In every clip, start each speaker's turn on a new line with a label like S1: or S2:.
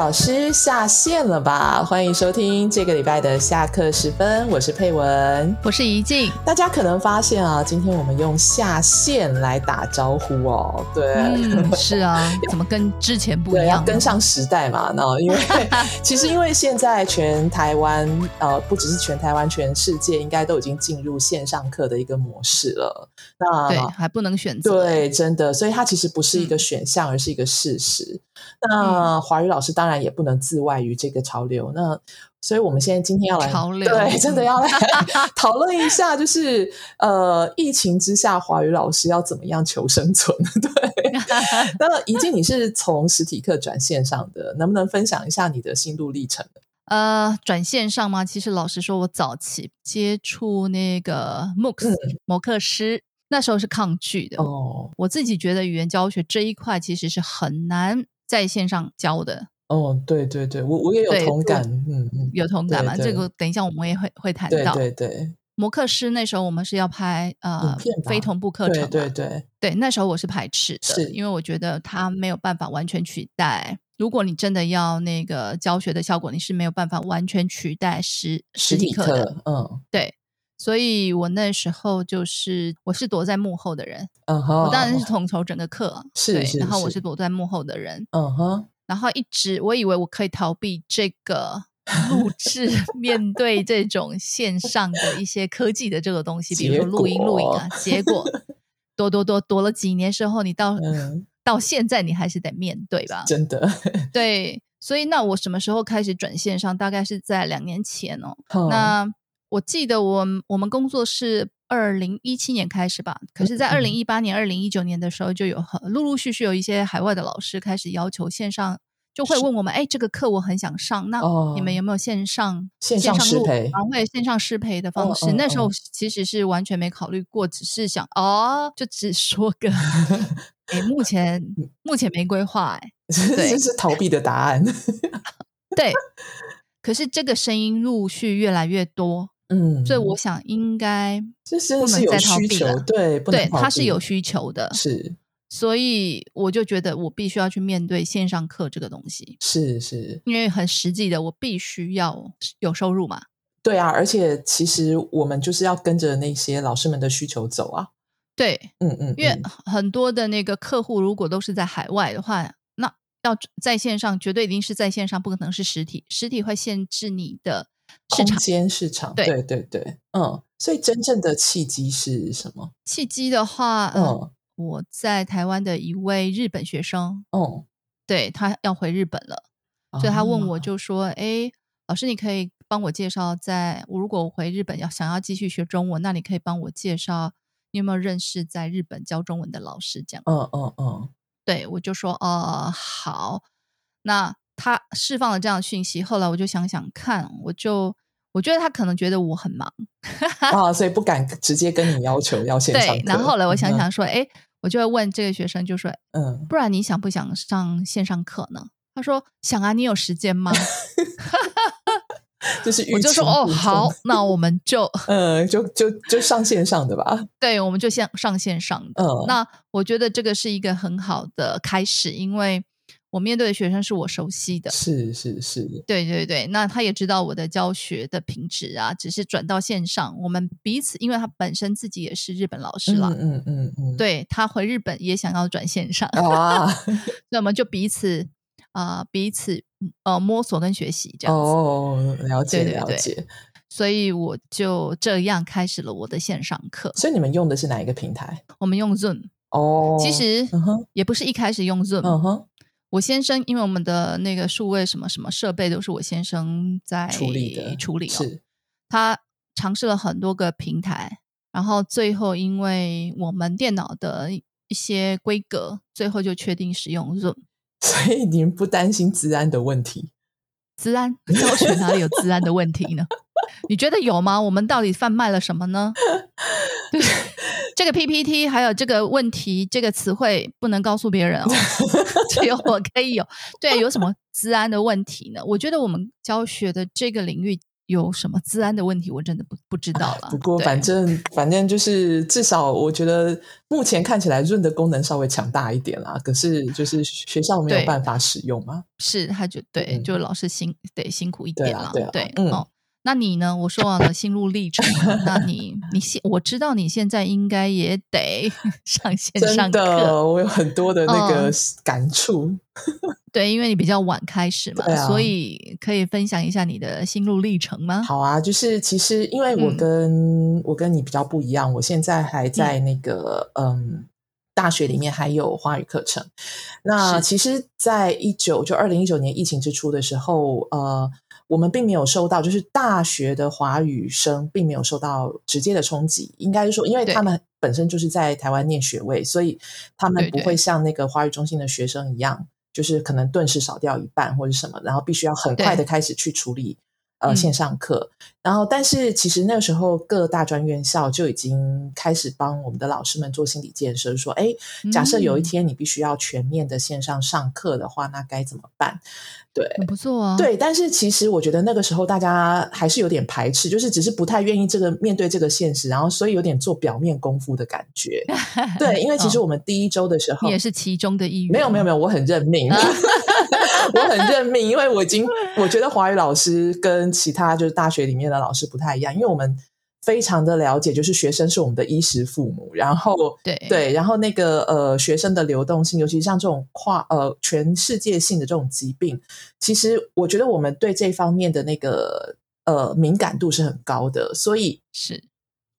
S1: 老师下线了吧？欢迎收听这个礼拜的下课时分，我是佩文。
S2: 我是怡静，
S1: 大家可能发现啊，今天我们用下线来打招呼哦，对。
S2: 嗯，是 啊，怎么跟之前不一
S1: 对，要
S2: 样？
S1: 跟上时代嘛，那 因为其实因为现在全台湾呃，不只是全台湾，全世界应该都已经进入线上课的一个模式了。那
S2: 对，还不能选择。
S1: 对，真的，所以它其实不是一个选项，而是一个事实。那华语老师当然也不能自外于这个潮流。那所以我们现在今天要来
S2: 潮流
S1: 对，真的要来讨论一下，就是呃，疫情之下，华语老师要怎么样求生存？对，那怡静，你是从实体课转线上的，能不能分享一下你的心路历程？
S2: 呃，转线上吗？其实老实说，我早期接触那个 MOOCs、摩克师，那时候是抗拒的。
S1: 嗯哦
S2: 我自己觉得语言教学这一块其实是很难在线上教的，
S1: 哦，对对对，我我也有
S2: 对
S1: 同
S2: 我
S1: 感，嗯嗯，
S2: 有同感吗？
S1: 对对
S2: 这个等一下我们也会会谈
S1: 对
S2: 到。
S1: 对对
S2: 摩克师那时候我们是要拍
S1: 影
S2: 呃
S1: 片吧
S2: 非同步课程
S1: 对
S2: 嘛，
S1: 对对，
S2: 对，那时候我是排斥的
S1: 是，
S2: 因为我觉得它没有办法完全取代。如果你真的要那个教学的效果，你是没有办法完全取代实实体课的。，
S1: 嗯
S2: 所以我那时候就是我是躲在幕后的人，
S1: 嗯哼，
S2: 我当然是统筹整个课啊，
S1: 是
S2: 对
S1: 是
S2: 然后我
S1: 是
S2: 是躲在幕后的人，
S1: 嗯哼，
S2: 然后一直我以为我可以逃避这个 录制，面对这种线上的一些科技的这个东西，比如说录音、
S1: 结果
S2: 录影啊，结 果躲躲躲躲了几年之后，你到、
S1: 嗯
S2: 到现在你还是得面对吧？
S1: 真的，
S2: 对，所以那我什么时候开始转线上？大概是在两年前哦。那我记得我们我们工作是二零一七年开始吧，可是，在
S1: 嗯
S2: 二零一八年、二零一九年的时候，就有很陆陆续续有一些海外的老师开始要求线上，就会问我们：“哎，这个课我很想上，那
S1: 哦
S2: 你们有没有线上
S1: 线上师
S2: 录
S1: 培
S2: 然后会线上师培的
S1: 嗯
S2: 方式？”
S1: 嗯
S2: 那时候
S1: 嗯
S2: 其实是完全没考虑过，只是想哦，就只说 个。哎，目前
S1: 嗯
S2: 目前没规划哎，
S1: 这是逃避的答案，
S2: 对。可是这个声音陆续越来越多，
S1: 嗯，
S2: 所以我想应该
S1: 这真的是有需求，对，不能
S2: 对它是有需求的，
S1: 是
S2: 所以我就觉得我必须要去面对线上课这个东西，
S1: 是是，
S2: 因为很实际的，我必须要有收入嘛。
S1: 对啊，而且其实我们就是要跟着那些老师们的需求走啊，
S2: 对，
S1: 嗯嗯，
S2: 因为很多的那个客户如果都是在海外的话，那要在线上绝对一定是在线上，不可能是实体，实体会限制你的市
S1: 空
S2: 场。
S1: 间市场，对对对，嗯，所以真正的契机是什么？
S2: 契机的话，嗯，
S1: 嗯
S2: 我在台湾的一位日本学生，
S1: 嗯，啊
S2: 对他要回日本了。所以他问
S1: 哦
S2: 我就说：“诶，老师，你可以帮我介绍在，我如果我回日本要想要继续学中文，那你可以帮我介绍你有没有认识在日本教中文的老师？”这样，
S1: 嗯嗯嗯，
S2: 对我就说：“哦，好。”那他释放了这样的讯息，后来我就想想看，我就我觉得他可能觉得我很忙，
S1: 啊，所以不敢直接跟你要求要线上，
S2: 对。然后后来我想，想说：“诶，我就会问这个学生，就说：
S1: 嗯，
S2: 不然你想不想上线上课呢？”他说：“想啊，你有时间吗？”
S1: 就是
S2: 我就说：“哦，好，那我们就。”
S1: 嗯，就就就上线上的吧，
S2: 对，我们就先上线上的。
S1: 嗯，
S2: 那我觉得这个是一个很好的开始，因为我面对的学生是我熟悉的。
S1: 是是是，
S2: 对对对，那他也知道我的教学的品质啊，只是转到线上，我们彼此，因为他本身自己也是日本老师啦，
S1: 嗯嗯嗯嗯，
S2: 对他回日本也想要转线上，
S1: 啊，
S2: 那我们就彼此啊、呃彼此呃摸索跟学习这样子，
S1: 哦，了解
S2: 对对
S1: 了
S2: 对
S1: 解。
S2: 所以我就这样开始了我的线上课。
S1: 所以你们用的是哪一个平台？
S2: 我们用 Zoom，
S1: 哦，
S2: 其实
S1: 嗯哼
S2: 也不是一开始用 Zoom，、
S1: 嗯哼，
S2: 我先生，因为我们的那个数位什么什么设备都是我先生在
S1: 处理的
S2: 处理哦。
S1: 是
S2: 他尝试了很多个平台，然后最后因为我们电脑的一些规格，最后就确定使用 Zoom。
S1: 所以你们不担心治安的问题？
S2: 治安教学哪里有治安的问题呢？ 你觉得有吗？我们到底贩卖了什么 呢？对，这个 PPT 还有这个问题，这个词汇不能告诉别人哦， 只有我可以有。对，有什么治安的问题呢？我觉得我们教学的这个领域有什么治安的问题，我真的不不知道了。
S1: 不过
S2: 啊对
S1: 反正反正就是至少我觉得目前看起来润的功能稍微强大一点啦，可是就是学校没有
S2: 对
S1: 办法使用嘛。
S2: 是，他就对，
S1: 嗯
S2: 就老师辛得辛苦一
S1: 对
S2: 点
S1: 啊
S2: 了，
S1: 对啊嗯
S2: 哦。那你呢？我说完了心路历程，那你你现我知道你现在应该也得 上线上
S1: 真
S2: 课，
S1: 的，我有很多的那个
S2: 嗯
S1: 感触。
S2: 对，因为你比较晚开始嘛，
S1: 对啊
S2: 所以可以分享一下你的心路历程吗？
S1: 好啊，就是其实因为我
S2: 嗯
S1: 跟、我跟你比较不一样，我现在还在那个嗯。大学里面还有华语课程，那
S2: 是
S1: 其实，在一九就二零一九年疫情之初的时候，呃，我们并没有受到，就是大学的华语生并没有受到直接的冲击，应该是说，因为
S2: 对
S1: 他们本身就是在台湾念学位，所以他们
S2: 对
S1: 不
S2: 对
S1: 会像那个华语中心的学生一样，就是可能顿时少掉一半或者什么，然后必须要很快的
S2: 对
S1: 开始去处理呃
S2: 嗯
S1: 线上课。然后，但是其实那个时候各大专院校就已经开始帮我们的老师们做心理建设，说，哎，假设有一
S2: 嗯
S1: 天你必须要全面的线上上课的话，那该怎么办？对，
S2: 很不错啊，
S1: 对，但是其实我觉得那个时候大家还是有点排斥，就是只是不太愿意这个面对这个现实，然后所以有点做表面功夫的感 觉。对，因为其实
S2: 哦
S1: 我们第一周的时候，
S2: 你也是其中的一员，
S1: 没有没有没
S2: 有，
S1: 有，我很认命，
S2: 啊
S1: 我很认命，因为我已经我觉得华语老师跟其他就是大学里面的老师不太一样，因为我们非常的了解，就是学生是我们的衣食父母，然后
S2: 对
S1: 对，然后那个呃学生的流动性，尤其像这种跨呃全世界性的这种疾病，其实我觉得我们对这方面的那个呃敏感度是很高的，所以
S2: 是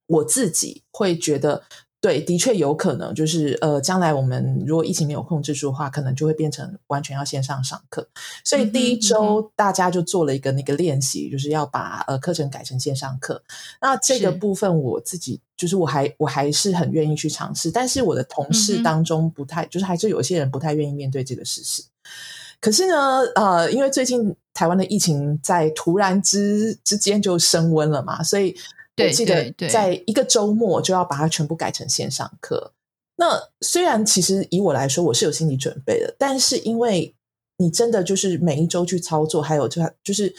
S1: 我自己会觉得，对，的确有可能，就是呃，将来我们如果疫情没有控制住的话，可能就会变成完全要线上上课。所
S2: 嗯
S1: 以第一周大家就做了一个那个练习，就是要把呃课程改成线上课。那这个
S2: 是
S1: 部分我自己就是我还我还是很愿意去尝试，但是我的同
S2: 嗯
S1: 事
S2: 哼
S1: 当中不太，就是还是有一些人不太愿意面对这个事实。可是呢，呃，因为最近台湾的疫情在突然之之间就升温了嘛，所以我
S2: 对
S1: 记得
S2: 对对
S1: 在一个周末就要把它全部改成线上课。那虽然其实以我来说我是有心理准备的，但是因为你真的就是每一周去操作，还有就就是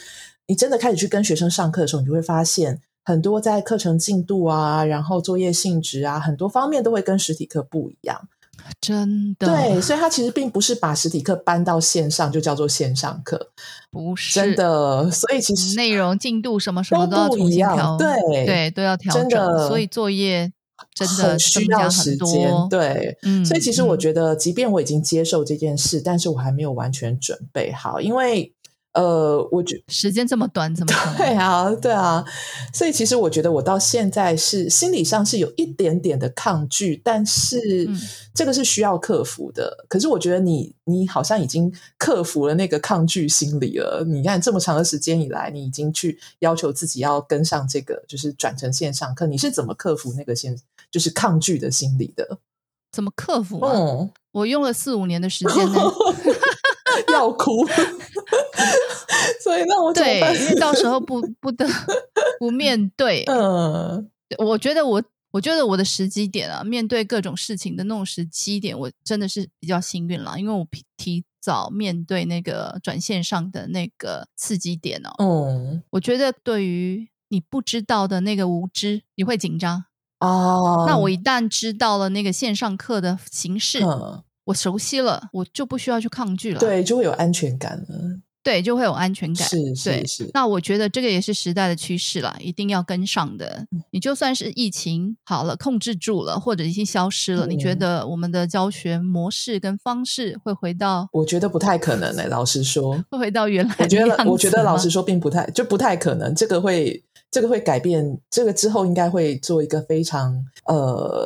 S1: 你真的开始去跟学生上课的时候，你就会发现很多在课程进度啊，然后作业性质啊，很多方面都会跟实体课不一样。
S2: 真的，
S1: 对，，所以它其实并不是把实体课搬到线上就叫做线上课，
S2: 不是嗯
S1: 真的。所以其实
S2: 内容进度什么什么
S1: 都
S2: 要
S1: 不
S2: 重
S1: 一
S2: 新
S1: 样
S2: 调，
S1: 对
S2: 对，都要调
S1: 真
S2: 整，
S1: 的
S2: 所以作业真的
S1: 很需
S2: 增
S1: 要
S2: 加
S1: 时
S2: 很
S1: 间
S2: 多，，
S1: 对。
S2: 嗯，
S1: 所以其实我
S2: 得
S1: 觉得，即便我已经接受这件事，但是我还没有完全准备好，因为呃，我觉
S2: 嗯时间这么短，怎么可 能？
S1: 对啊，对啊，所以其实我觉得我到现在是心理上是有一点点的抗拒，但是
S2: 嗯
S1: 这个是需要克服的。可是我觉得你你好像已经克服了那个抗拒心理了。你看这么长的时间以来，你已经去要求自己要跟上这个，就是转成线上课，你是怎么克服那个线就是抗拒的心理的？
S2: 怎么克服啊？
S1: 嗯，
S2: 我用了四五年的时间呢，
S1: 要哭， 所以那我怎么
S2: 对，
S1: 办？
S2: 因为到时候不 不得不面对，
S1: 嗯，
S2: 我觉得我。我觉得我的时机点啊，面对各种事情的那种时机点，我真的是比较幸运了，因为我提提早面对那个转线上的那个刺激点哦。
S1: 嗯。
S2: 我觉得对于你不知道的那个无知，你会紧张。
S1: 哦，
S2: 那我一旦知道了那个线上课的形式，
S1: 嗯，
S2: 我熟悉了，我就不需要去抗拒了。
S1: 对，就会有安全感了。
S2: 对就会有安全感。
S1: 是是
S2: 对
S1: 是，
S2: 那我觉得这个也是时代的趋势啦，一定要跟上的。
S1: 嗯
S2: 你就算是疫情好了，控制住了，或者已经消失了，你觉
S1: 嗯
S2: 得我们的教学模式跟方式会回到
S1: 我觉得不太可能诶、欸老实说，
S2: 会回到原来
S1: 我
S2: 的
S1: 觉
S2: 样子
S1: 得我觉得老
S2: 吗
S1: 实说并不太就不太可能，这个会这个会改变，这个之后应该会做一个非常呃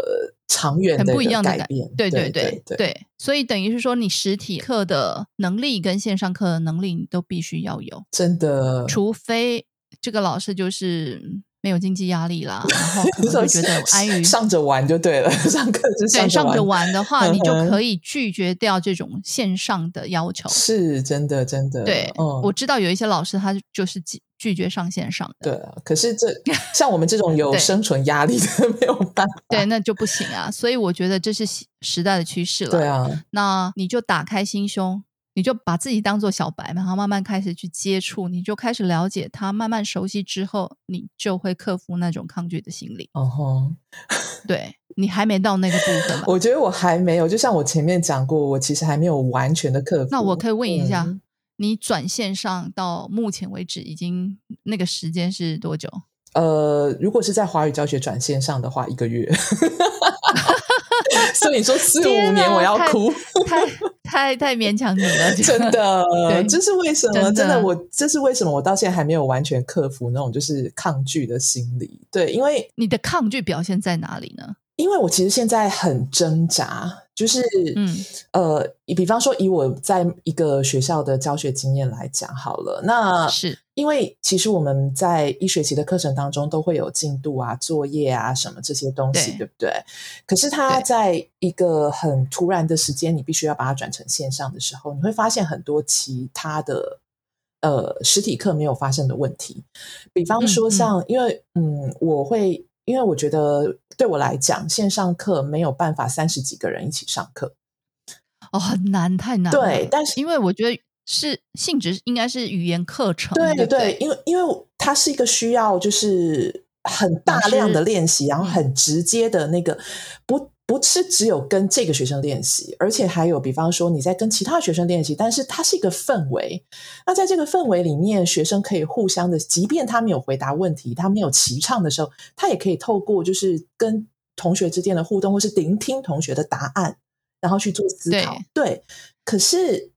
S1: 长远
S2: 很
S1: 的
S2: 不一
S1: 个
S2: 样的
S1: 改
S2: 感
S1: 变。
S2: 对
S1: 对
S2: 对对
S1: 对，
S2: 所以等于是说，你实体课的能力跟线上课的能力，你都必须要有，
S1: 真的。
S2: 除非这个老师就是嗯没有经济压力啦，然 后可
S1: 你
S2: 能
S1: 说
S2: 会觉得 安于
S1: 上着玩就对了， 上课是
S2: 对上着
S1: 着玩，
S2: 玩的话，你就
S1: 嗯哼
S2: 可以拒绝掉这种线上的要求。
S1: 是真的真的。
S2: 对，
S1: 嗯，
S2: 我知道有一些老师他就是拒拒绝上线上的，
S1: 对啊。可是这 像我们这种有
S2: 对
S1: 生存压力的， 没有办法。
S2: 对，那就不啊行啊。所以我觉得这是时时代的趋势了。
S1: 对啊，
S2: 那你就打开心胸，你就把自己当做小白嘛，然后慢慢开始去接触，你就开始了解它，慢慢熟悉之后，你就会克服那种抗拒的心理。
S1: 哦吼，
S2: 对你还没到那个部分吧？
S1: 我觉得我还没有，就像我前面讲过，我其实还没有完全的克服。
S2: 那我可以问一下，
S1: 嗯
S2: 你转线上到目前为止，已经那个时间是 多久？
S1: 呃，如果是在华语教学转线上的话，一个 月。所以你说四
S2: 天
S1: 五年
S2: 哪
S1: 我要哭，
S2: 太太太勉强你了，
S1: 真的
S2: 对，
S1: 这是为什么？
S2: 真的
S1: 真的，我这是为什么？我到现在还没有完全克服那种就是抗拒的心理。对，因为
S2: 你的抗拒表现在哪里呢？
S1: 因为我其实现在很挣扎，就是
S2: 嗯
S1: 呃，以比方说以我在一个学校的教学经验来讲好了，那
S2: 是
S1: 因为其实我们在一学期的课程当中都会有进度啊、作业啊什么这些东西，
S2: 对
S1: 对不对？可是它
S2: 对
S1: 在一个很突然的时间，你必须要把它转成线上的时候，你会发现很多其他的呃实体课没有发生的问题，比方说
S2: 嗯嗯
S1: 像，因为嗯，我会因为我觉得对我来讲，线上课没有办法三十几个人一起上课，
S2: 哦，很难，太难了。
S1: 对，但是。
S2: 因为我觉得是性质应该是语言课程，
S1: 对
S2: 对不
S1: 对，因为因为它是一个需要就是很大量的练习，然后很直接的那个，不不是只有跟这个学生练习，而且还有比方说你在跟其他学生练习，但是它是一个氛围。那在这个氛围里面，学生可以互相的，即便他没有回答问题，他没有齐唱的时候，他也可以透过就是跟同学之间的互动，或是聆听同学的答案，然后去做思考。对，可是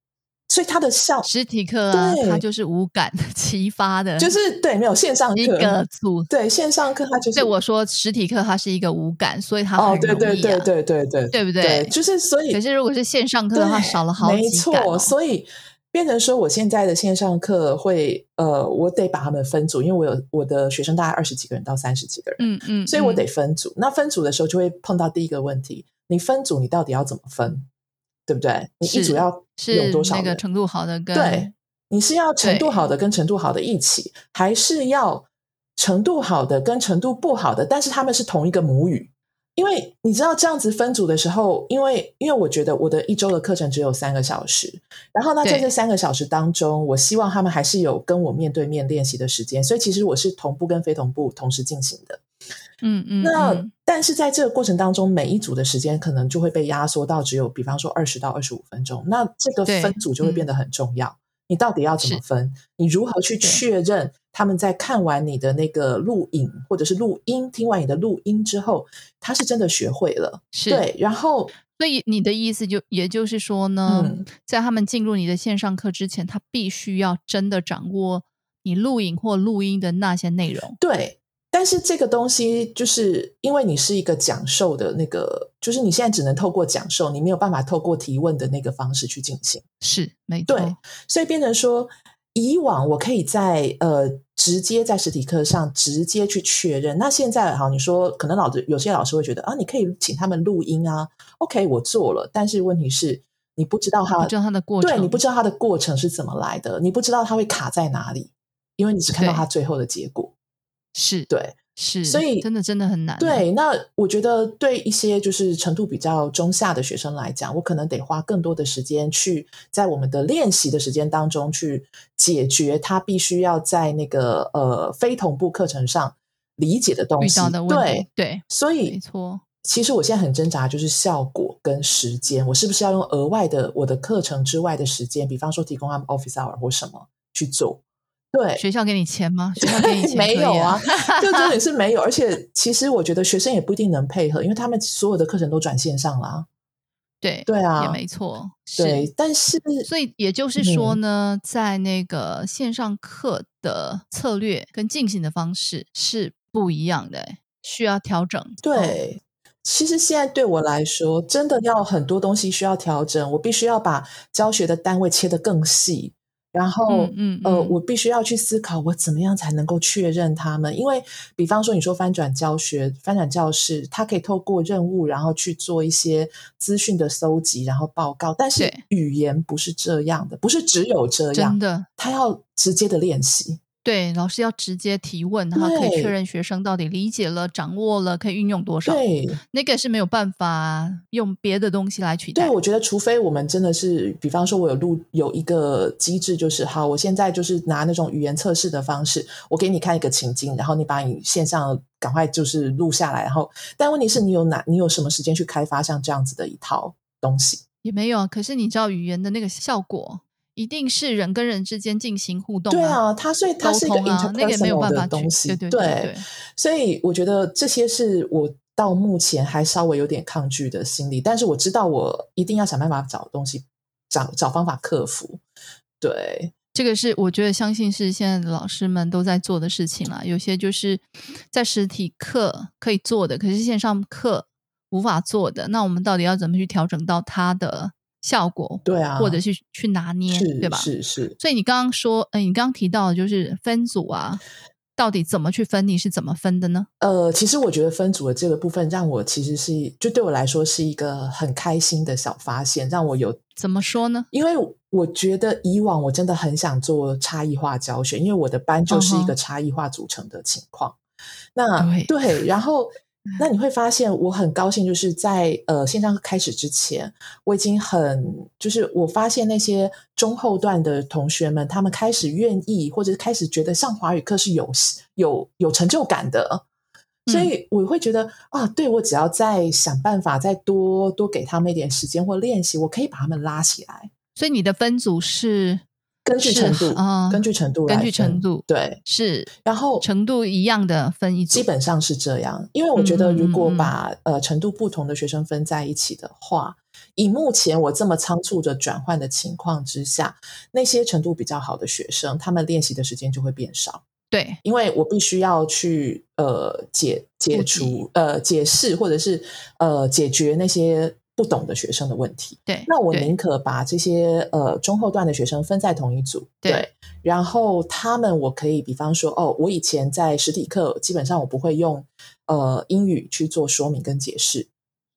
S1: 所以它的效
S2: 实体课啊，
S1: 对
S2: 它就是无感 启发的，
S1: 就是对，没有线上
S2: 一
S1: 课，
S2: 个组。
S1: 对线上课它就是
S2: 对我说，实体课它是一个无感，所以它
S1: 哦
S2: 很，
S1: 对
S2: 容易、
S1: 对
S2: 啊
S1: 对对对对
S2: 对不对
S1: 对，就是所以
S2: 可是如果是线上课
S1: 对
S2: 的话，少了好
S1: 没
S2: 几
S1: 错，
S2: 感、哦。
S1: 所以变成说我现在的线上课会呃，我得把他们分组，因为我有我的学生大概二十几个人到三十几个人，
S2: 嗯嗯，
S1: 所以我
S2: 嗯
S1: 得分组。那分组的时候就会碰到第一个问题，你分组你到底要怎么分，对不对？你一
S2: 是
S1: 组要有
S2: 是
S1: 多少
S2: 那
S1: 人？
S2: 个程度好的跟
S1: 对，你是要程度
S2: 对
S1: 好的跟程度好的一起，还是要程度好的跟程度不好的，但是他们是同一个母语？因为你知道这样子分组的时候，因为因为我觉得我的一周的课程只有三个小时，然后呢，在
S2: 对
S1: 这三个小时当中，我希望他们还是有跟我面对面练习的时间，所以其实我是同步跟非同步同时进行的。
S2: 嗯嗯
S1: 那、
S2: 嗯
S1: 但是在这个过程当中，每一组的时间可能就会被压缩到只有，比方说二十到二十五分钟。那这个
S2: 对嗯
S1: 分组就会变得很重要。你到底要怎么
S2: 是
S1: 分？你如何去
S2: 对
S1: 确认他们在看完你的那个录影或者是录音、听完你的录音之后，他是真的学会了？
S2: 是。
S1: 对，然后
S2: 所以你的意思就也就是说呢，
S1: 嗯
S2: 在他们进入你的线上课之前，他必须要真的掌握你录影或录音的那些内容。
S1: 对，但是这个东西就是因为你是一个讲授的那个，就是你现在只能透过讲授，你没有办法透过提问的那个方式去进行。
S2: 是，没错。
S1: 对所以变成说，以往我可以在呃直接在实体课上直接去确认，那现在好，你说可能老师有些老师会觉得啊，你可以请他们录音啊，OK，我做了，但是问题是你不知道他
S2: 不知道他的过程，
S1: 对你不知道他的过程是怎么来的，你不知道他会卡在哪里，因为你只看到
S2: 对
S1: 他最后的结果，
S2: 是
S1: 对。
S2: 是，
S1: 所以
S2: 真的真的很难。，
S1: 对，那我觉得对一些就是程度比较中下的学生来讲，我可能得花更多的时间去在我们的练习的时间当中去解决他必须要在那个呃非同步课程上理解的东
S2: 遇
S1: 西。
S2: 到的问
S1: 对
S2: 题，，对，
S1: 所
S2: 没
S1: 以
S2: 错，
S1: 其实我现在很挣扎，就是效果跟时间，我是不是要用额外的我的课程之外的时间，比方说提供他们 office hour 或什么去做？对，
S2: 学校给你钱吗？学校给你钱
S1: 没
S2: 可以
S1: 有 啊，这重点是没有。而且其实我觉得学生也不一定能配合，因为他们所有的课程都转线上啦。
S2: 对，
S1: 对啊，
S2: 也没错，是。
S1: 对，嗯但是
S2: 所以也就是说呢，在那个线上课的策略跟进行的方式是不一样的，需要调整。哦，
S1: 对。其实现在对我来说，真的要很多东西需要调整，我必须要把教学的单位切得更细，然后
S2: 嗯嗯
S1: 呃，
S2: 嗯
S1: 我必须要去思考我怎么样才能够确认他们，因为比方说你说翻转教学、翻转教室，它可以透过任务，然后去做一些资讯的搜集，然后报告，但是
S2: 对
S1: 语言不是这样的，不是只有这
S2: 真
S1: 样，
S2: 的
S1: 它要直接的练习，
S2: 对，老师要直接提问，然后可以确认学生到底理解了、掌握了，可以运用多少。
S1: 对，
S2: 那个是没有办法用别的东西来取代。
S1: 对，我觉得除非我们真的是，比方说，我有录有一个机制，就是好，我现在就是拿那种语言测试的方式，我给你看一个情境，然后你把你线上赶快就是录下来，然后，但问题是你有哪，你有什么时间去开发像这样子的一套东西？
S2: 也没有。啊可是你知道语言的那个效果。一定是人跟人之间进行互动、啊，啊
S1: 对啊，它所以它是一个 interpersonal 的东西，
S2: 对对对,对,对，
S1: 所以我觉得这些是我到目前还稍微有点抗拒的心理，但是我知道我一定要想办法找东西，找找方法克服。对，
S2: 这个是我觉得相信是现在老师们都在做的事情了，有些就是在实体课可以做的，可是线上课无法做的，那我们到底要怎么去调整到它的？效果
S1: 对啊，
S2: 或者去去拿捏，对吧？
S1: 是是。
S2: 所以你刚刚说，呃，你刚刚提到的就是分组啊，到底怎么去分？你是怎么分的呢？
S1: 呃，其实我觉得分组的这个部分，让我其实是就对我来说是一个很开心的小发现，让我有
S2: 怎么说呢？
S1: 因为我觉得以往我真的很想做差异化教学，因为我的班就是一个差异化组成的情况。Uh-huh. 那对，然后。那你会发现，我很高兴，就是在呃线上开始之前，我已经很就是我发现那些中后段的同学们，他们开始愿意，或者开始觉得上华语课是有有有成就感的，所以我会觉得、嗯、啊，对我只要再想办法，再多多给他们一点时间或练习，我可以把他们拉起来。
S2: 所以你的分组是？嗯
S1: 根据程度、呃，根据程度，
S2: 根据程度，
S1: 对，
S2: 是。
S1: 然后
S2: 程度一样的分一组，
S1: 基本上是这样。因为我觉
S2: 嗯
S1: 得，如果把、嗯、呃程度不同的学生分在一起的话，以目前我这么仓促的转换的情况之下，那些程度比较好的学生，他们练习的时间就会变少。
S2: 对，
S1: 因为我必须要去呃解解除呃解释，或者是呃解决那些。不懂的学生的问题，
S2: 对，
S1: 那我宁可把这些呃中后段的学生分在同一组
S2: 对，
S1: 对，然后他们我可以比方说，哦，我以前在实体课基本上我不会用呃英语去做说明跟解释，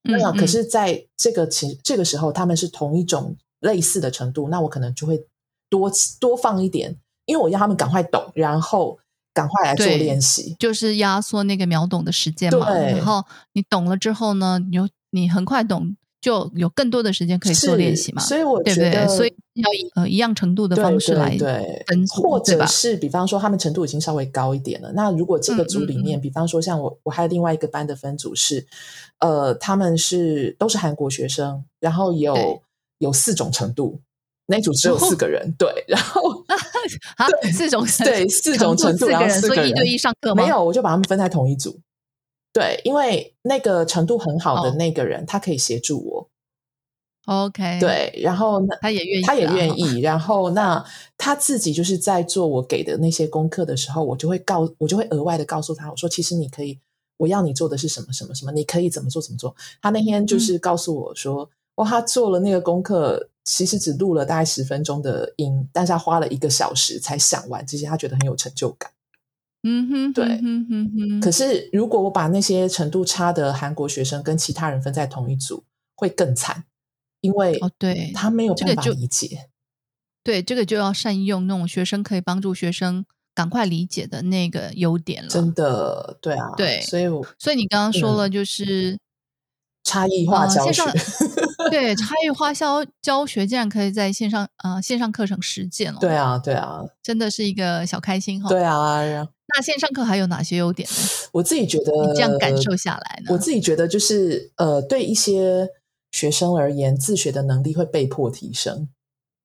S1: 那、嗯嗯、可是在这个情这个时候他们是同一种类似的程度，那我可能就会多多放一点，因为我要他们赶快懂，然后。赶快来做练习，
S2: 就是压缩那个秒懂的时间嘛。然后你懂了之后呢，你你很快懂，就有更多的时间可以做练习嘛。
S1: 所以我
S2: 觉
S1: 得，
S2: 对对所以要以呃一样程度的方式来
S1: 对
S2: 分
S1: 或者是比方说他们程度已经稍微高一点了。那如果这个组里面，嗯嗯嗯比方说像我，我还有另外一个班的分组是，呃，他们是都是韩国学生，然后有有四种程度。那组只有
S2: 哦
S1: 四个人，对， 然后
S2: 啊，四种
S1: 对四种程度，然后四个
S2: 人，所以一对一上课吗？
S1: 没有，我就把他们分在同一组。对，因为那个程度很好的那个人，哦、他可以协助我。
S2: OK，
S1: 对，然后
S2: 哎他也愿意，
S1: 他也愿意。然后那他自己就是在做我给的那些功课的时候，我就会告，我就会额外的告诉他，我说其实你可以，我要你做的是什么什么什么，你可以怎么做怎么做。他那天
S2: 嗯
S1: 就是告诉我说，哇、嗯哦，他做了那个功课。其实只录了大概十分钟的音，但是他花了一个小时才想完这些，他觉得很有成就感。
S2: 嗯哼，
S1: 对，
S2: 嗯哼哼。
S1: 可是如果我把那些程度差的韩国学生跟其他人分在同一组，会更惨，因为
S2: 哦，对
S1: 他没有办法理解、
S2: 这个。对，这个就要善用那种学生可以帮助学生赶快理解的那个优点了。
S1: 真的，对啊，
S2: 对，
S1: 所以我，
S2: 所以你刚刚说了，就是。 嗯
S1: 差异化教学、
S2: 呃，对差异化教教学竟然可以在线上呃线上课程实践了、哦。
S1: 对啊，对啊，
S2: 真的是一个小开心哈、哦。
S1: 对啊，
S2: 那线上课还有哪些优点呢？
S1: 我自己觉得
S2: 这样感受下来呢，
S1: 我自己觉得就是呃，对一些学生而言，自学的能力会被迫提升。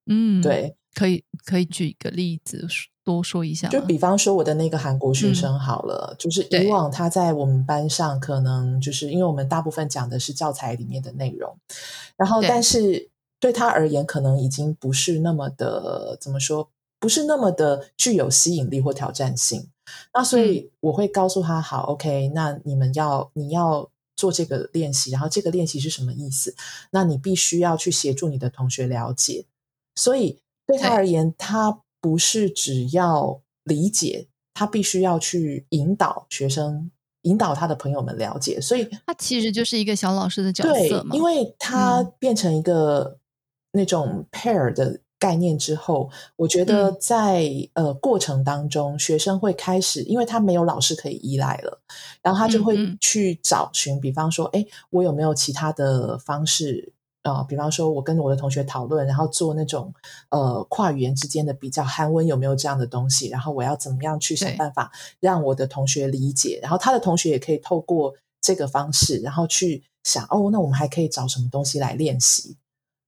S2: 嗯，
S1: 对，
S2: 可以可以举一个例子多说一下。
S1: 就比方说我的那个韩国学生好了，嗯、就是以往他在我们班上，可能就是因为我们大部分讲的是教材里面的内容，然后但是对他而言，可能已经不是那么的怎么说，不是那么的具有吸引力或挑战性。那所以我会告诉他，好、嗯、，OK，那你们要你要做这个练习，然后这个练习是什么意思？那你必须要去协助你的同学了解。所以对他而言，他。不是只要理解，他必须要去引导学生，引导他的朋友们了解，所以
S2: 他其实就是一个小老师的角色嘛。嗯
S1: 因为他变成一个那种 pair 的概念之后，我觉
S2: 嗯
S1: 得在、呃过程当中，学生会开始，因为他没有老师可以依赖了，然后他就
S2: 嗯
S1: 会
S2: 嗯
S1: 去找寻，比方说，哎，我有没有其他的方式？啊、比方说，我跟我的同学讨论，然后做那种呃跨语言之间的比较，韩文有没有这样的东西？然后我要怎么样去想
S2: 对
S1: 办法让我的同学理解？然后他的同学也可以透过这个方式，然后去想哦，那我们还可以找什么东西来练习？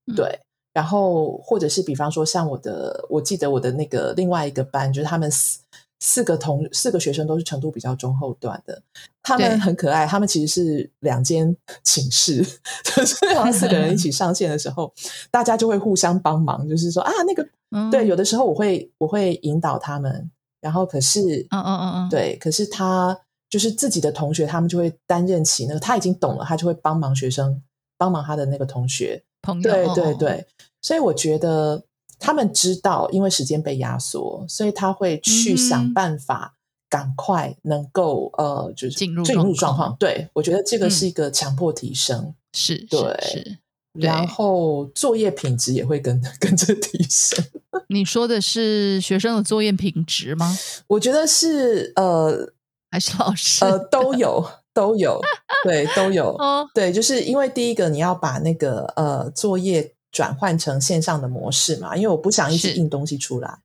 S2: 嗯
S1: 对，然后或者是比方说像我的，我记得我的那个另外一个班，就是他们四四个同四个学生都是程度比较中后段的，他
S2: 对
S1: 们很可爱，他们其实是两间 寝室，就是好像四个人一起上线的时候，大家就会互相帮忙，就是说啊那个
S2: 嗯
S1: 对，有的时候我会我会引导他们，然后可是
S2: 嗯嗯嗯嗯，
S1: 对，可是他就是自己的同学，他们就会担任起那个他已经懂了，他就会帮忙学生帮忙他的那个同学，
S2: 朋友，
S1: 对
S2: 哦
S1: 对，对，所以我觉得他们知道，因为时间被压缩，所以他会去
S2: 嗯
S1: 想
S2: 哼
S1: 办法，赶快能够呃，就是
S2: 进入
S1: 进
S2: 状
S1: 入状
S2: 况
S1: 况。对我觉得这个
S2: 嗯
S1: 是一个强迫提升，
S2: 是是
S1: 对
S2: 是，对
S1: 然后作业品质也会跟 跟着提升。
S2: 你说的是学生的作业品质吗？
S1: 我觉得是呃
S2: 还是老师？
S1: 呃都有 都有，对都有。
S2: 哦，
S1: 对，就是因为第一个你要把那个呃作业转换成线上的模式嘛，因为我不想一直
S2: 是
S1: 印东西出来。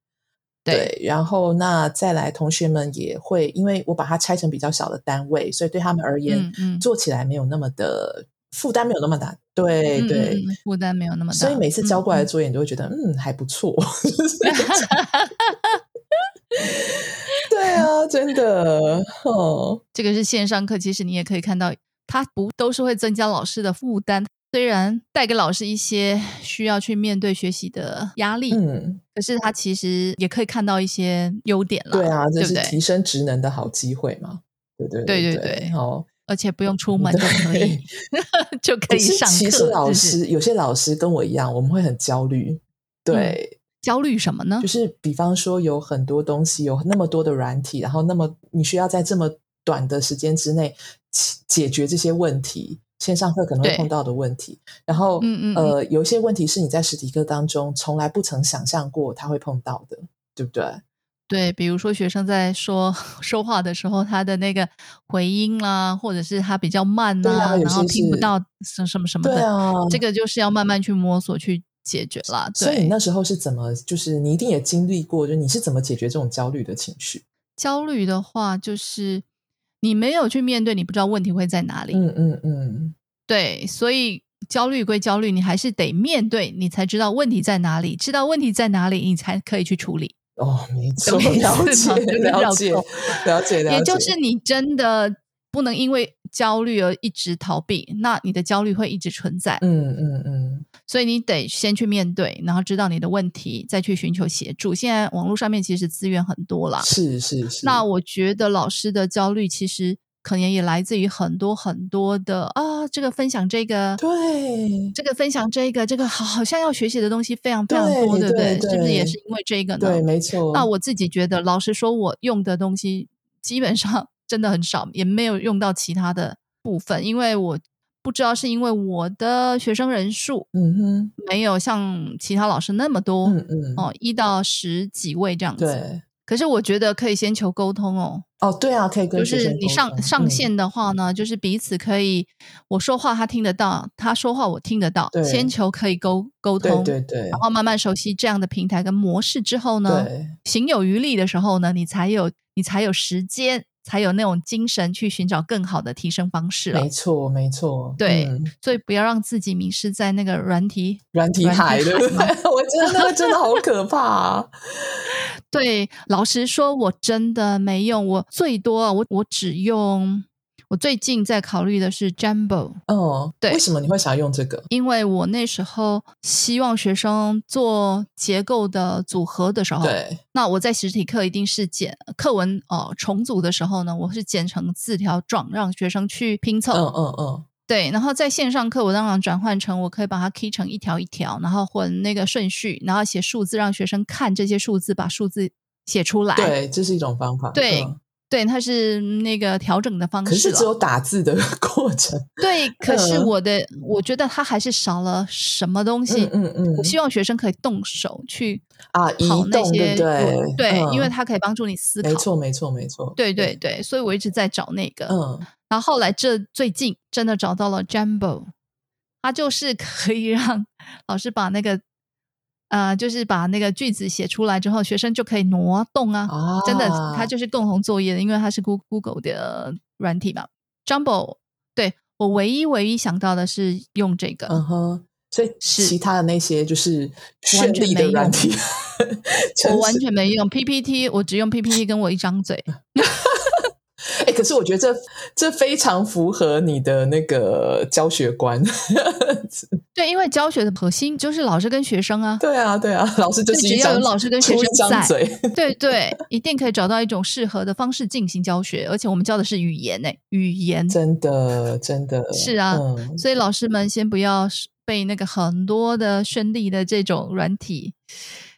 S2: 对，
S1: 对，然后那再来，同学们也会，因为我把它拆成比较小的单位，所以对他们而言，
S2: 嗯嗯，
S1: 做起来没有那么的负担，没有那么大。对、
S2: 嗯
S1: 对，，
S2: 嗯嗯负担没有那么大，
S1: 所以每次交过来的
S2: 嗯，
S1: 作业，你都会觉得嗯还不错。
S2: 嗯
S1: 对啊，真的，哦，
S2: 这个是线上课，其实你也可以看到，它不都是会增加老师的负担，虽然带给老师一些需要去面对学习的压力，
S1: 嗯，
S2: 可是它其实也可以看到一些优点了，
S1: 对啊，这
S2: 对不
S1: 是
S2: 对？
S1: 提升职能的好机会嘛。对对
S2: 对
S1: 对
S2: 对对
S1: 哦，
S2: 而且不 用出门就可以， 就可
S1: 可
S2: 以
S1: 是
S2: 上课。
S1: 其实老
S2: 是不是嗯
S1: 师有些老师跟我一样，我们会很焦虑。对，
S2: 焦虑什么呢
S1: 就？是比方说有很多东西，有那么多的软体，然后那么你需要在这么短的时间之内解解决这些问题，线上课可能
S2: 对
S1: 会碰到的问题。然后，
S2: 嗯嗯嗯
S1: 呃，有一些问题是你在实体课当中从来不曾想象过他会碰到的，对不对？
S2: 对，比如说学生在说 说话的时候，他的那个回音啦、或者是他比较慢
S1: 对
S2: 啦、
S1: 啊有
S2: 然后
S1: 些
S2: 听不
S1: 是
S2: 到什什么什么
S1: 对
S2: 的，
S1: 啊，
S2: 这个就是要慢慢去摸索去解决啦。
S1: 所以你
S2: 对，
S1: 那时候是怎么，就是你一定也经历过，就是你是怎么解决这种焦虑的情绪？
S2: 焦虑的话，就是你没有去面对，你不知道问题会在哪里。
S1: 嗯嗯嗯，
S2: 对，所以焦虑归焦虑，你还是得面对，你才知道问题在哪里，知道问题在哪里，你才可以去处理。
S1: 哦，没错，
S2: 意思
S1: 了
S2: 吗
S1: 解，
S2: 有点绕
S1: 了解，
S2: 口
S1: 了解，了解，
S2: 也就是你真的不能因为焦虑而一直逃避，那你的焦虑会一直存在，
S1: 嗯嗯嗯，
S2: 所以你得先去面对，然后知道你的问题，再去寻求协助。现在网络上面其实资源很多啦，
S1: 是是是，
S2: 啊那我觉得老师的焦虑其实可能也来自于很多很多的啊，这个分享这个。
S1: 对
S2: 这个分享这个这个好好像要学习的东西非常非常
S1: 对
S2: 多，对不
S1: 对
S2: 是不是也
S1: 对
S2: 是因为这个呢？
S1: 对，没错。
S2: 那我自己觉得，老实说，我用的东西基本上真的很少，也没有用到其他的部分，因为我不知道是因为我的学生人数
S1: 嗯
S2: 没有像其他老师那么多、
S1: 哼，嗯嗯，
S2: 哦，一到十几位这样子。
S1: 对，
S2: 可是我觉得可以先求沟通哦，
S1: 哦对啊，可以跟
S2: 就
S1: 学
S2: 是
S1: 生
S2: 你
S1: 沟
S2: 上
S1: 通
S2: 上
S1: 嗯
S2: 线的话呢，就是彼此可以我说话他听得到，他说话我听得到，
S1: 对
S2: 先求可以沟沟
S1: 对
S2: 通，
S1: 对对
S2: 然后慢慢熟悉这样的平台跟模式之后呢，
S1: 对，
S2: 行有余力的时候呢，你才有你才有时间，才有那种精神去寻找更好的提升方式了
S1: 没。错没错，
S2: 对
S1: 嗯
S2: 所以不要让自己迷失在那个软体。
S1: 软体
S2: 软体
S1: 海对不
S2: 海
S1: 对？ 我觉得那个真的好可怕啊！
S2: 对，老实说，我真的没用，我最多啊我我只用。我最近在考虑的是 Jumbo，
S1: 嗯，
S2: 对
S1: 为什么你会想要用这个？
S2: 因为我那时候希望学生做结构的组合的时候，
S1: 对，
S2: 那我在实体课一定是剪课文哦、呃重组的时候呢，我是剪成字条状，让学生去拼凑。
S1: 嗯嗯嗯，
S2: 对，然后在线上课，我当然转换成我可以把它 key 成一条一条，然后混那个顺序，然后写数字，让学生看这些数字，把数字写出来。
S1: 对，这是一种方法。
S2: 哎对
S1: 嗯
S2: 对，它是那个调整的方式。
S1: 可是只有嗯打字的 过程。
S2: 对，可是我的、呃、我觉得它还是少了什么东西。
S1: 嗯嗯嗯。
S2: 我希望学生可以动手去
S1: 啊，
S2: 跑那些
S1: 对
S2: 对、
S1: 嗯，
S2: 因为它可以帮助你思考。
S1: 没错，没错，没错。
S2: 对对对，所以我一直在找那个。
S1: 嗯。
S2: 然后后来这最近真的找到了 Jumbo，它就是可以让老师把那个。呃，就是把那个句子写出来之后，学生就可以挪动啊！
S1: 啊
S2: 真的，它就是共同作业的，因为它是 Google 的软体嘛。Jumbo，对我唯一唯一想到的是用这个，
S1: 嗯哼。所以其他的那些就是
S2: 完全没
S1: 软体，
S2: 我完全没用 PPT，我只用 PPT，跟我一 张嘴。
S1: 哎欸，可是我觉得这这非常符合你的那个教学观。
S2: 对，因为教学的核心就是老师跟学生啊。
S1: 对啊，对啊，老师就是
S2: 只要有老师跟学生在，
S1: 嘴
S2: 对对，一定可以找到一种适合的方式进行教学。而且我们教的是语言诶、欸，语言
S1: 真的真的
S2: 是啊、
S1: 嗯，
S2: 所以老师们先不要被那个很多的绚丽的这种软体。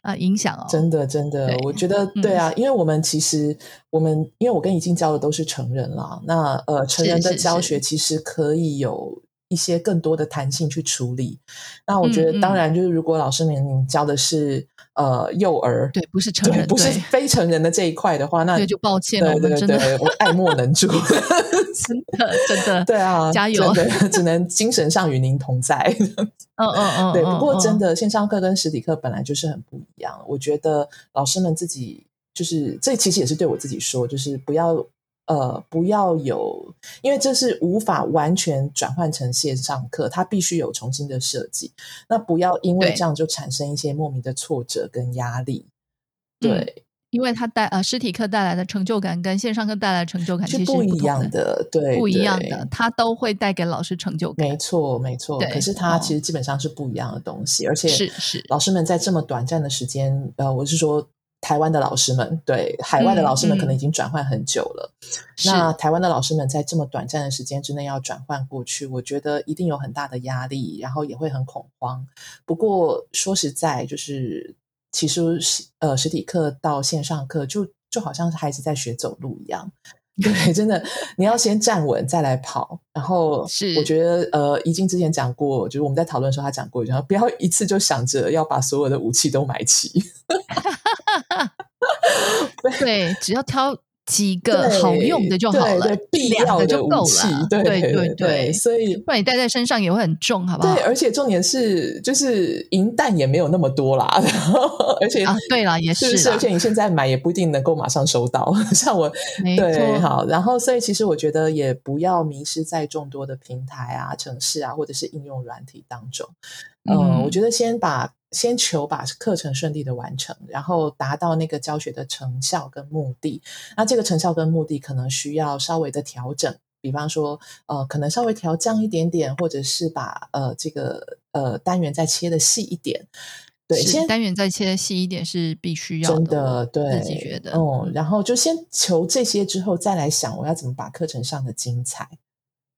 S2: 啊、呃，影响哦！
S1: 真的，真的，我觉得对啊、嗯，因为我们其实我们，因为我跟已经教的都是成人啦，那呃，成人的教学其实可以有一些更多的弹性去处理。那我觉
S2: 嗯
S1: 得，当然就是如果老师您您教的是、嗯、呃幼儿，
S2: 对，不是成人，
S1: 不是非成人的这一块的话，那
S2: 就抱歉了，
S1: 对对对，我爱莫能 助，
S2: 真的 真 的，
S1: 对啊，
S2: 加油，
S1: 真 的只能精神上与您同在。
S2: 嗯嗯嗯，
S1: 对。不过真的，线上课跟实体课本来就是很不一样。我觉得老师们自己就是，这其实也是对我自己说，就是不要呃，不要有，因为这是无法完全转换成线上课，它必须有重新的设计。那不要因为这样就产生一些莫名的挫折跟压力。对，
S2: 嗯、因为它带呃实体课带来的成就感跟线上课带来的成就感其实
S1: 不一样
S2: 的，
S1: 对，
S2: 不一样的，它都会带给老师成就感。
S1: 没错，没错。可是
S2: 哦
S1: 它其实基本上是不一样的东西，哦、而且
S2: 是是
S1: 老师们在这么短暂的时间，呃，我是说台湾的老师们，对海外的老师们可能已经转换很久了。嗯、那台湾的老师们在这么短暂的时间之内要转换过去，我觉得一定有很大的压力，然后也会很恐慌。不过说实在，就是。其实实呃实体课到线上课就就好像是孩子在学走路一样， 对，真的你要先站稳再来跑。然后
S2: 是
S1: 我觉得呃，怡静之前讲过，就是我们在讨论的时候，他讲过，然后不要一次就想着要把所有的武器都买齐，
S2: 对，只要挑。 几个好用的就好了，
S1: 对对必要
S2: 的就够
S1: 了。
S2: 对
S1: 对
S2: 对，
S1: 所以
S2: 不然你带在身上也会很重，好不好？
S1: 对，而且重点是，就是银弹也没有那么多啦。 而且
S2: 啊，对啦，也是,
S1: 是，而且你现在买也不一定能够马上收到。 像我，对，好，然后所以其实我觉得也不要迷失在众多的平台啊、城市啊，或者是应用软体当中。嗯，嗯我觉得先把。先求把课程顺利的完成，然后达到那个教学的成效跟目的。那这个成效跟目的可能需要稍微的调整，比方说，呃，可能稍微调降一点点，或者是把呃这个呃单元再切的细一点。对，先
S2: 单元再切细一点是必须要
S1: 真的，对
S2: 自己觉得，
S1: 嗯，然后就先求这些之后，再来想我要怎么把课程上的精彩。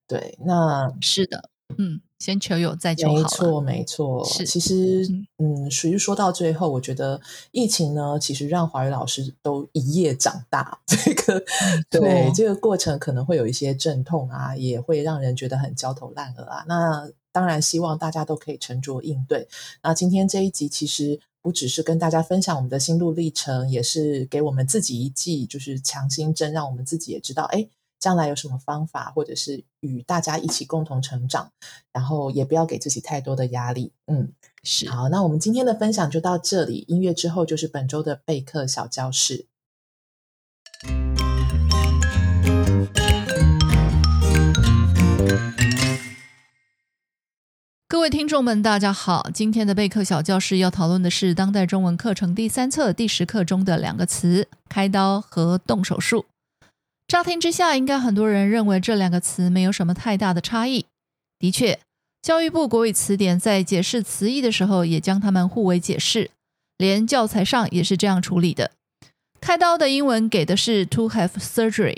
S1: 对，那
S2: 是的，嗯。先求有，再求好。
S1: 没错，没错。
S2: 是，
S1: 其实，嗯，属于说到最后，我觉得疫情呢，其实让华语老师都一夜长大。这个，对这个过程可能会有一些阵痛啊，也会让人觉得很焦头烂额啊。那当然，希望大家都可以沉着应对。那今天这一集其实。不只是跟大家分享我们的心路历程，也是给我们自己一剂就是强心针，让我们自己也知道，哎。将来有什么方法，或者是与大家一起共同成长，然后也不要给自己太多的压力。嗯，
S2: 是
S1: 好。那我们今天的分享就到这里，音乐之后就是本周的备课小教室。
S2: 各位听众们，大家好！今天的备课小教室要讨论的是当代中文课程第三册第十课中的两个词——开刀和动手术。乍听之下，应该很多人认为这两个词没有什么太大的差异。的确，教育部国语词典在解释词义的时候，也将它们互为解释，连教材上也是这样处理的。开刀的英文给的是 to have surgery，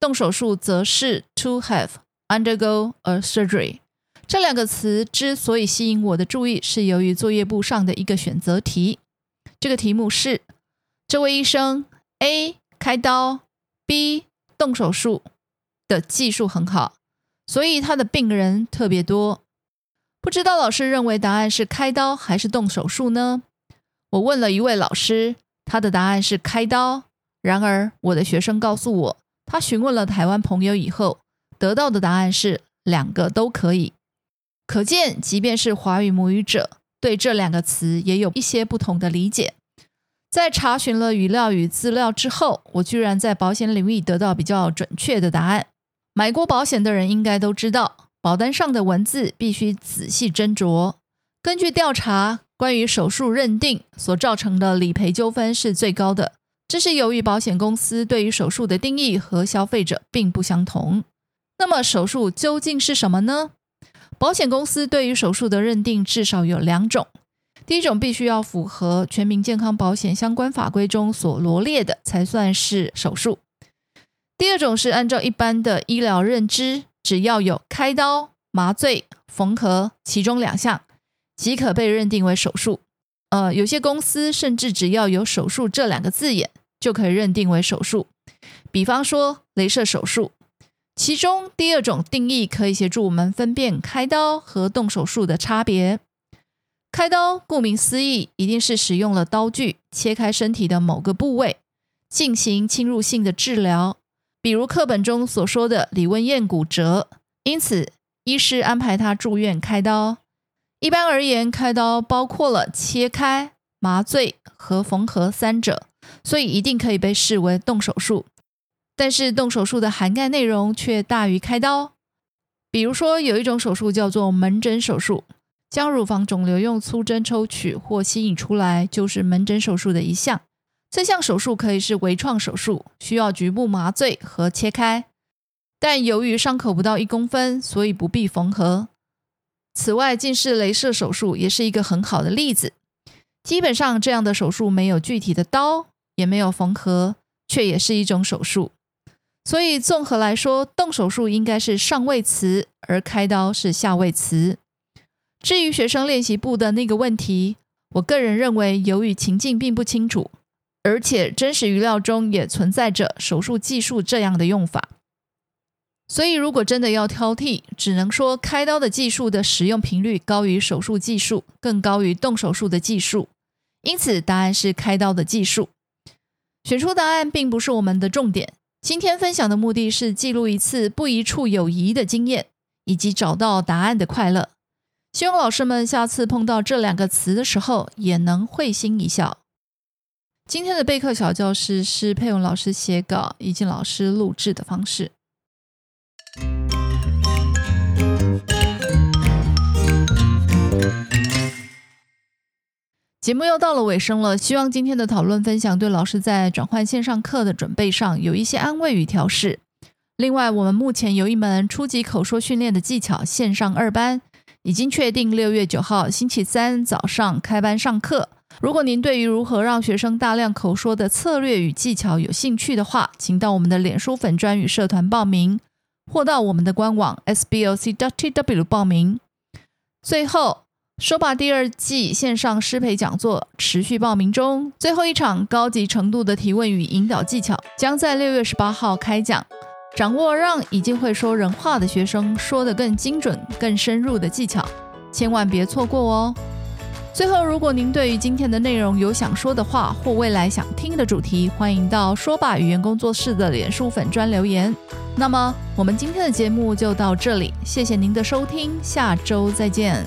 S2: 动手术则是 to have undergo a surgery。这两个词之所以吸引我的注意，是由于作业簿上的一个选择题。这个题目是：这位医生 A 开刀，B。动手术的技术很好，所以他的病人特别多。不知道老师认为答案是开刀还是动手术呢？我问了一位老师，他的答案是开刀。然而，我的学生告诉我，他询问了台湾朋友以后，得到的答案是两个都可以。可见，即便是华语母语者，对这两个词也有一些不同的理解。在查询了语料与资料之后，我居然在保险领域得到比较准确的答案。买过保险的人应该都知道。保单上的文字必须仔细斟酌。根据调查，关于手术认定所造成的理赔纠纷是最高的，这是由于保险公司对于手术的定义和消费者并不相同。那么，手术究竟是什么呢？保险公司对于手术的认定至少有两种：第一种必须要符合《全民健康保险相关法规》中所罗列的，才算是手术；第二种是按照一般的医疗认知。只要有开刀、麻醉、缝合其中两项，即可被认定为手术。呃，有些公司甚至只要有“手术”这两个字眼，就可以认定为手术。比方说，镭射手术。其中第二种定义可以协助我们分辨开刀和动手术的差别。开刀顾名思义，一定是使用了刀具切开身体的某个部位，进行侵入性的治疗。比如课本中所说的李文燕骨折，因此医师安排他住院开刀。一般而言，开刀包括了切开、麻醉和缝合三者，所以一定可以被视为动手术。但是动手术的涵盖内容却大于开刀。比如说，有一种手术叫做门诊手术，将乳房肿瘤用粗针抽取或吸引出来，就是门诊手术的一项。这项手术可以是微创手术，需要局部麻醉和切开，但由于伤口不到一公分，所以不必缝合。此外，近视雷射手术也是一个很好的例子。基本上，这样的手术没有具体的刀，也没有缝合，却也是一种手术。所以，综合来说，动手术应该是上位词，而开刀是下位词。至于学生练习部的那个问题，我个人认为，由于情境并不清楚。而且，真实语料中也存在着“手术技术”这样的用法，所以如果真的要挑剔，只能说开刀的技术的使用频率高于手术技术，更高于动手术的技术，因此答案是开刀的技术。选出答案并不是我们的重点，今天分享的目的是记录一次不一处有疑的经验，以及找到答案的快乐。希望老师们下次碰到这两个词的时候，也能会心一笑。今天的备课小教室是佩勇老师写稿，以及老师录制的方式。节目又到了尾声了，希望今天的讨论分享对老师在转换线上课的准备上有一些安慰与调试。另外，我们目前有一门初级口说训练的技巧线上二班，已经确定六月九号星期三早上开班上课。如果您对于如何让学生大量口说的策略与技巧有兴趣的话，请到我们的脸书粉专与社团报名，或到我们的官网 sboc.tw 报名。最后，说吧第二季线上师培讲座持续报名中，最后一场高级程度的提问与引导技巧将在六月十八号开讲。掌握让已经会说人话的学生说得更精准、更深入的技巧，千万别错过哦！最后，如果您对于今天的内容有想说的话，或未来想听的主题，欢迎到说吧语言工作室的脸书粉专留言。那么，我们今天的节目就到这里，谢谢您的收听，下周再见。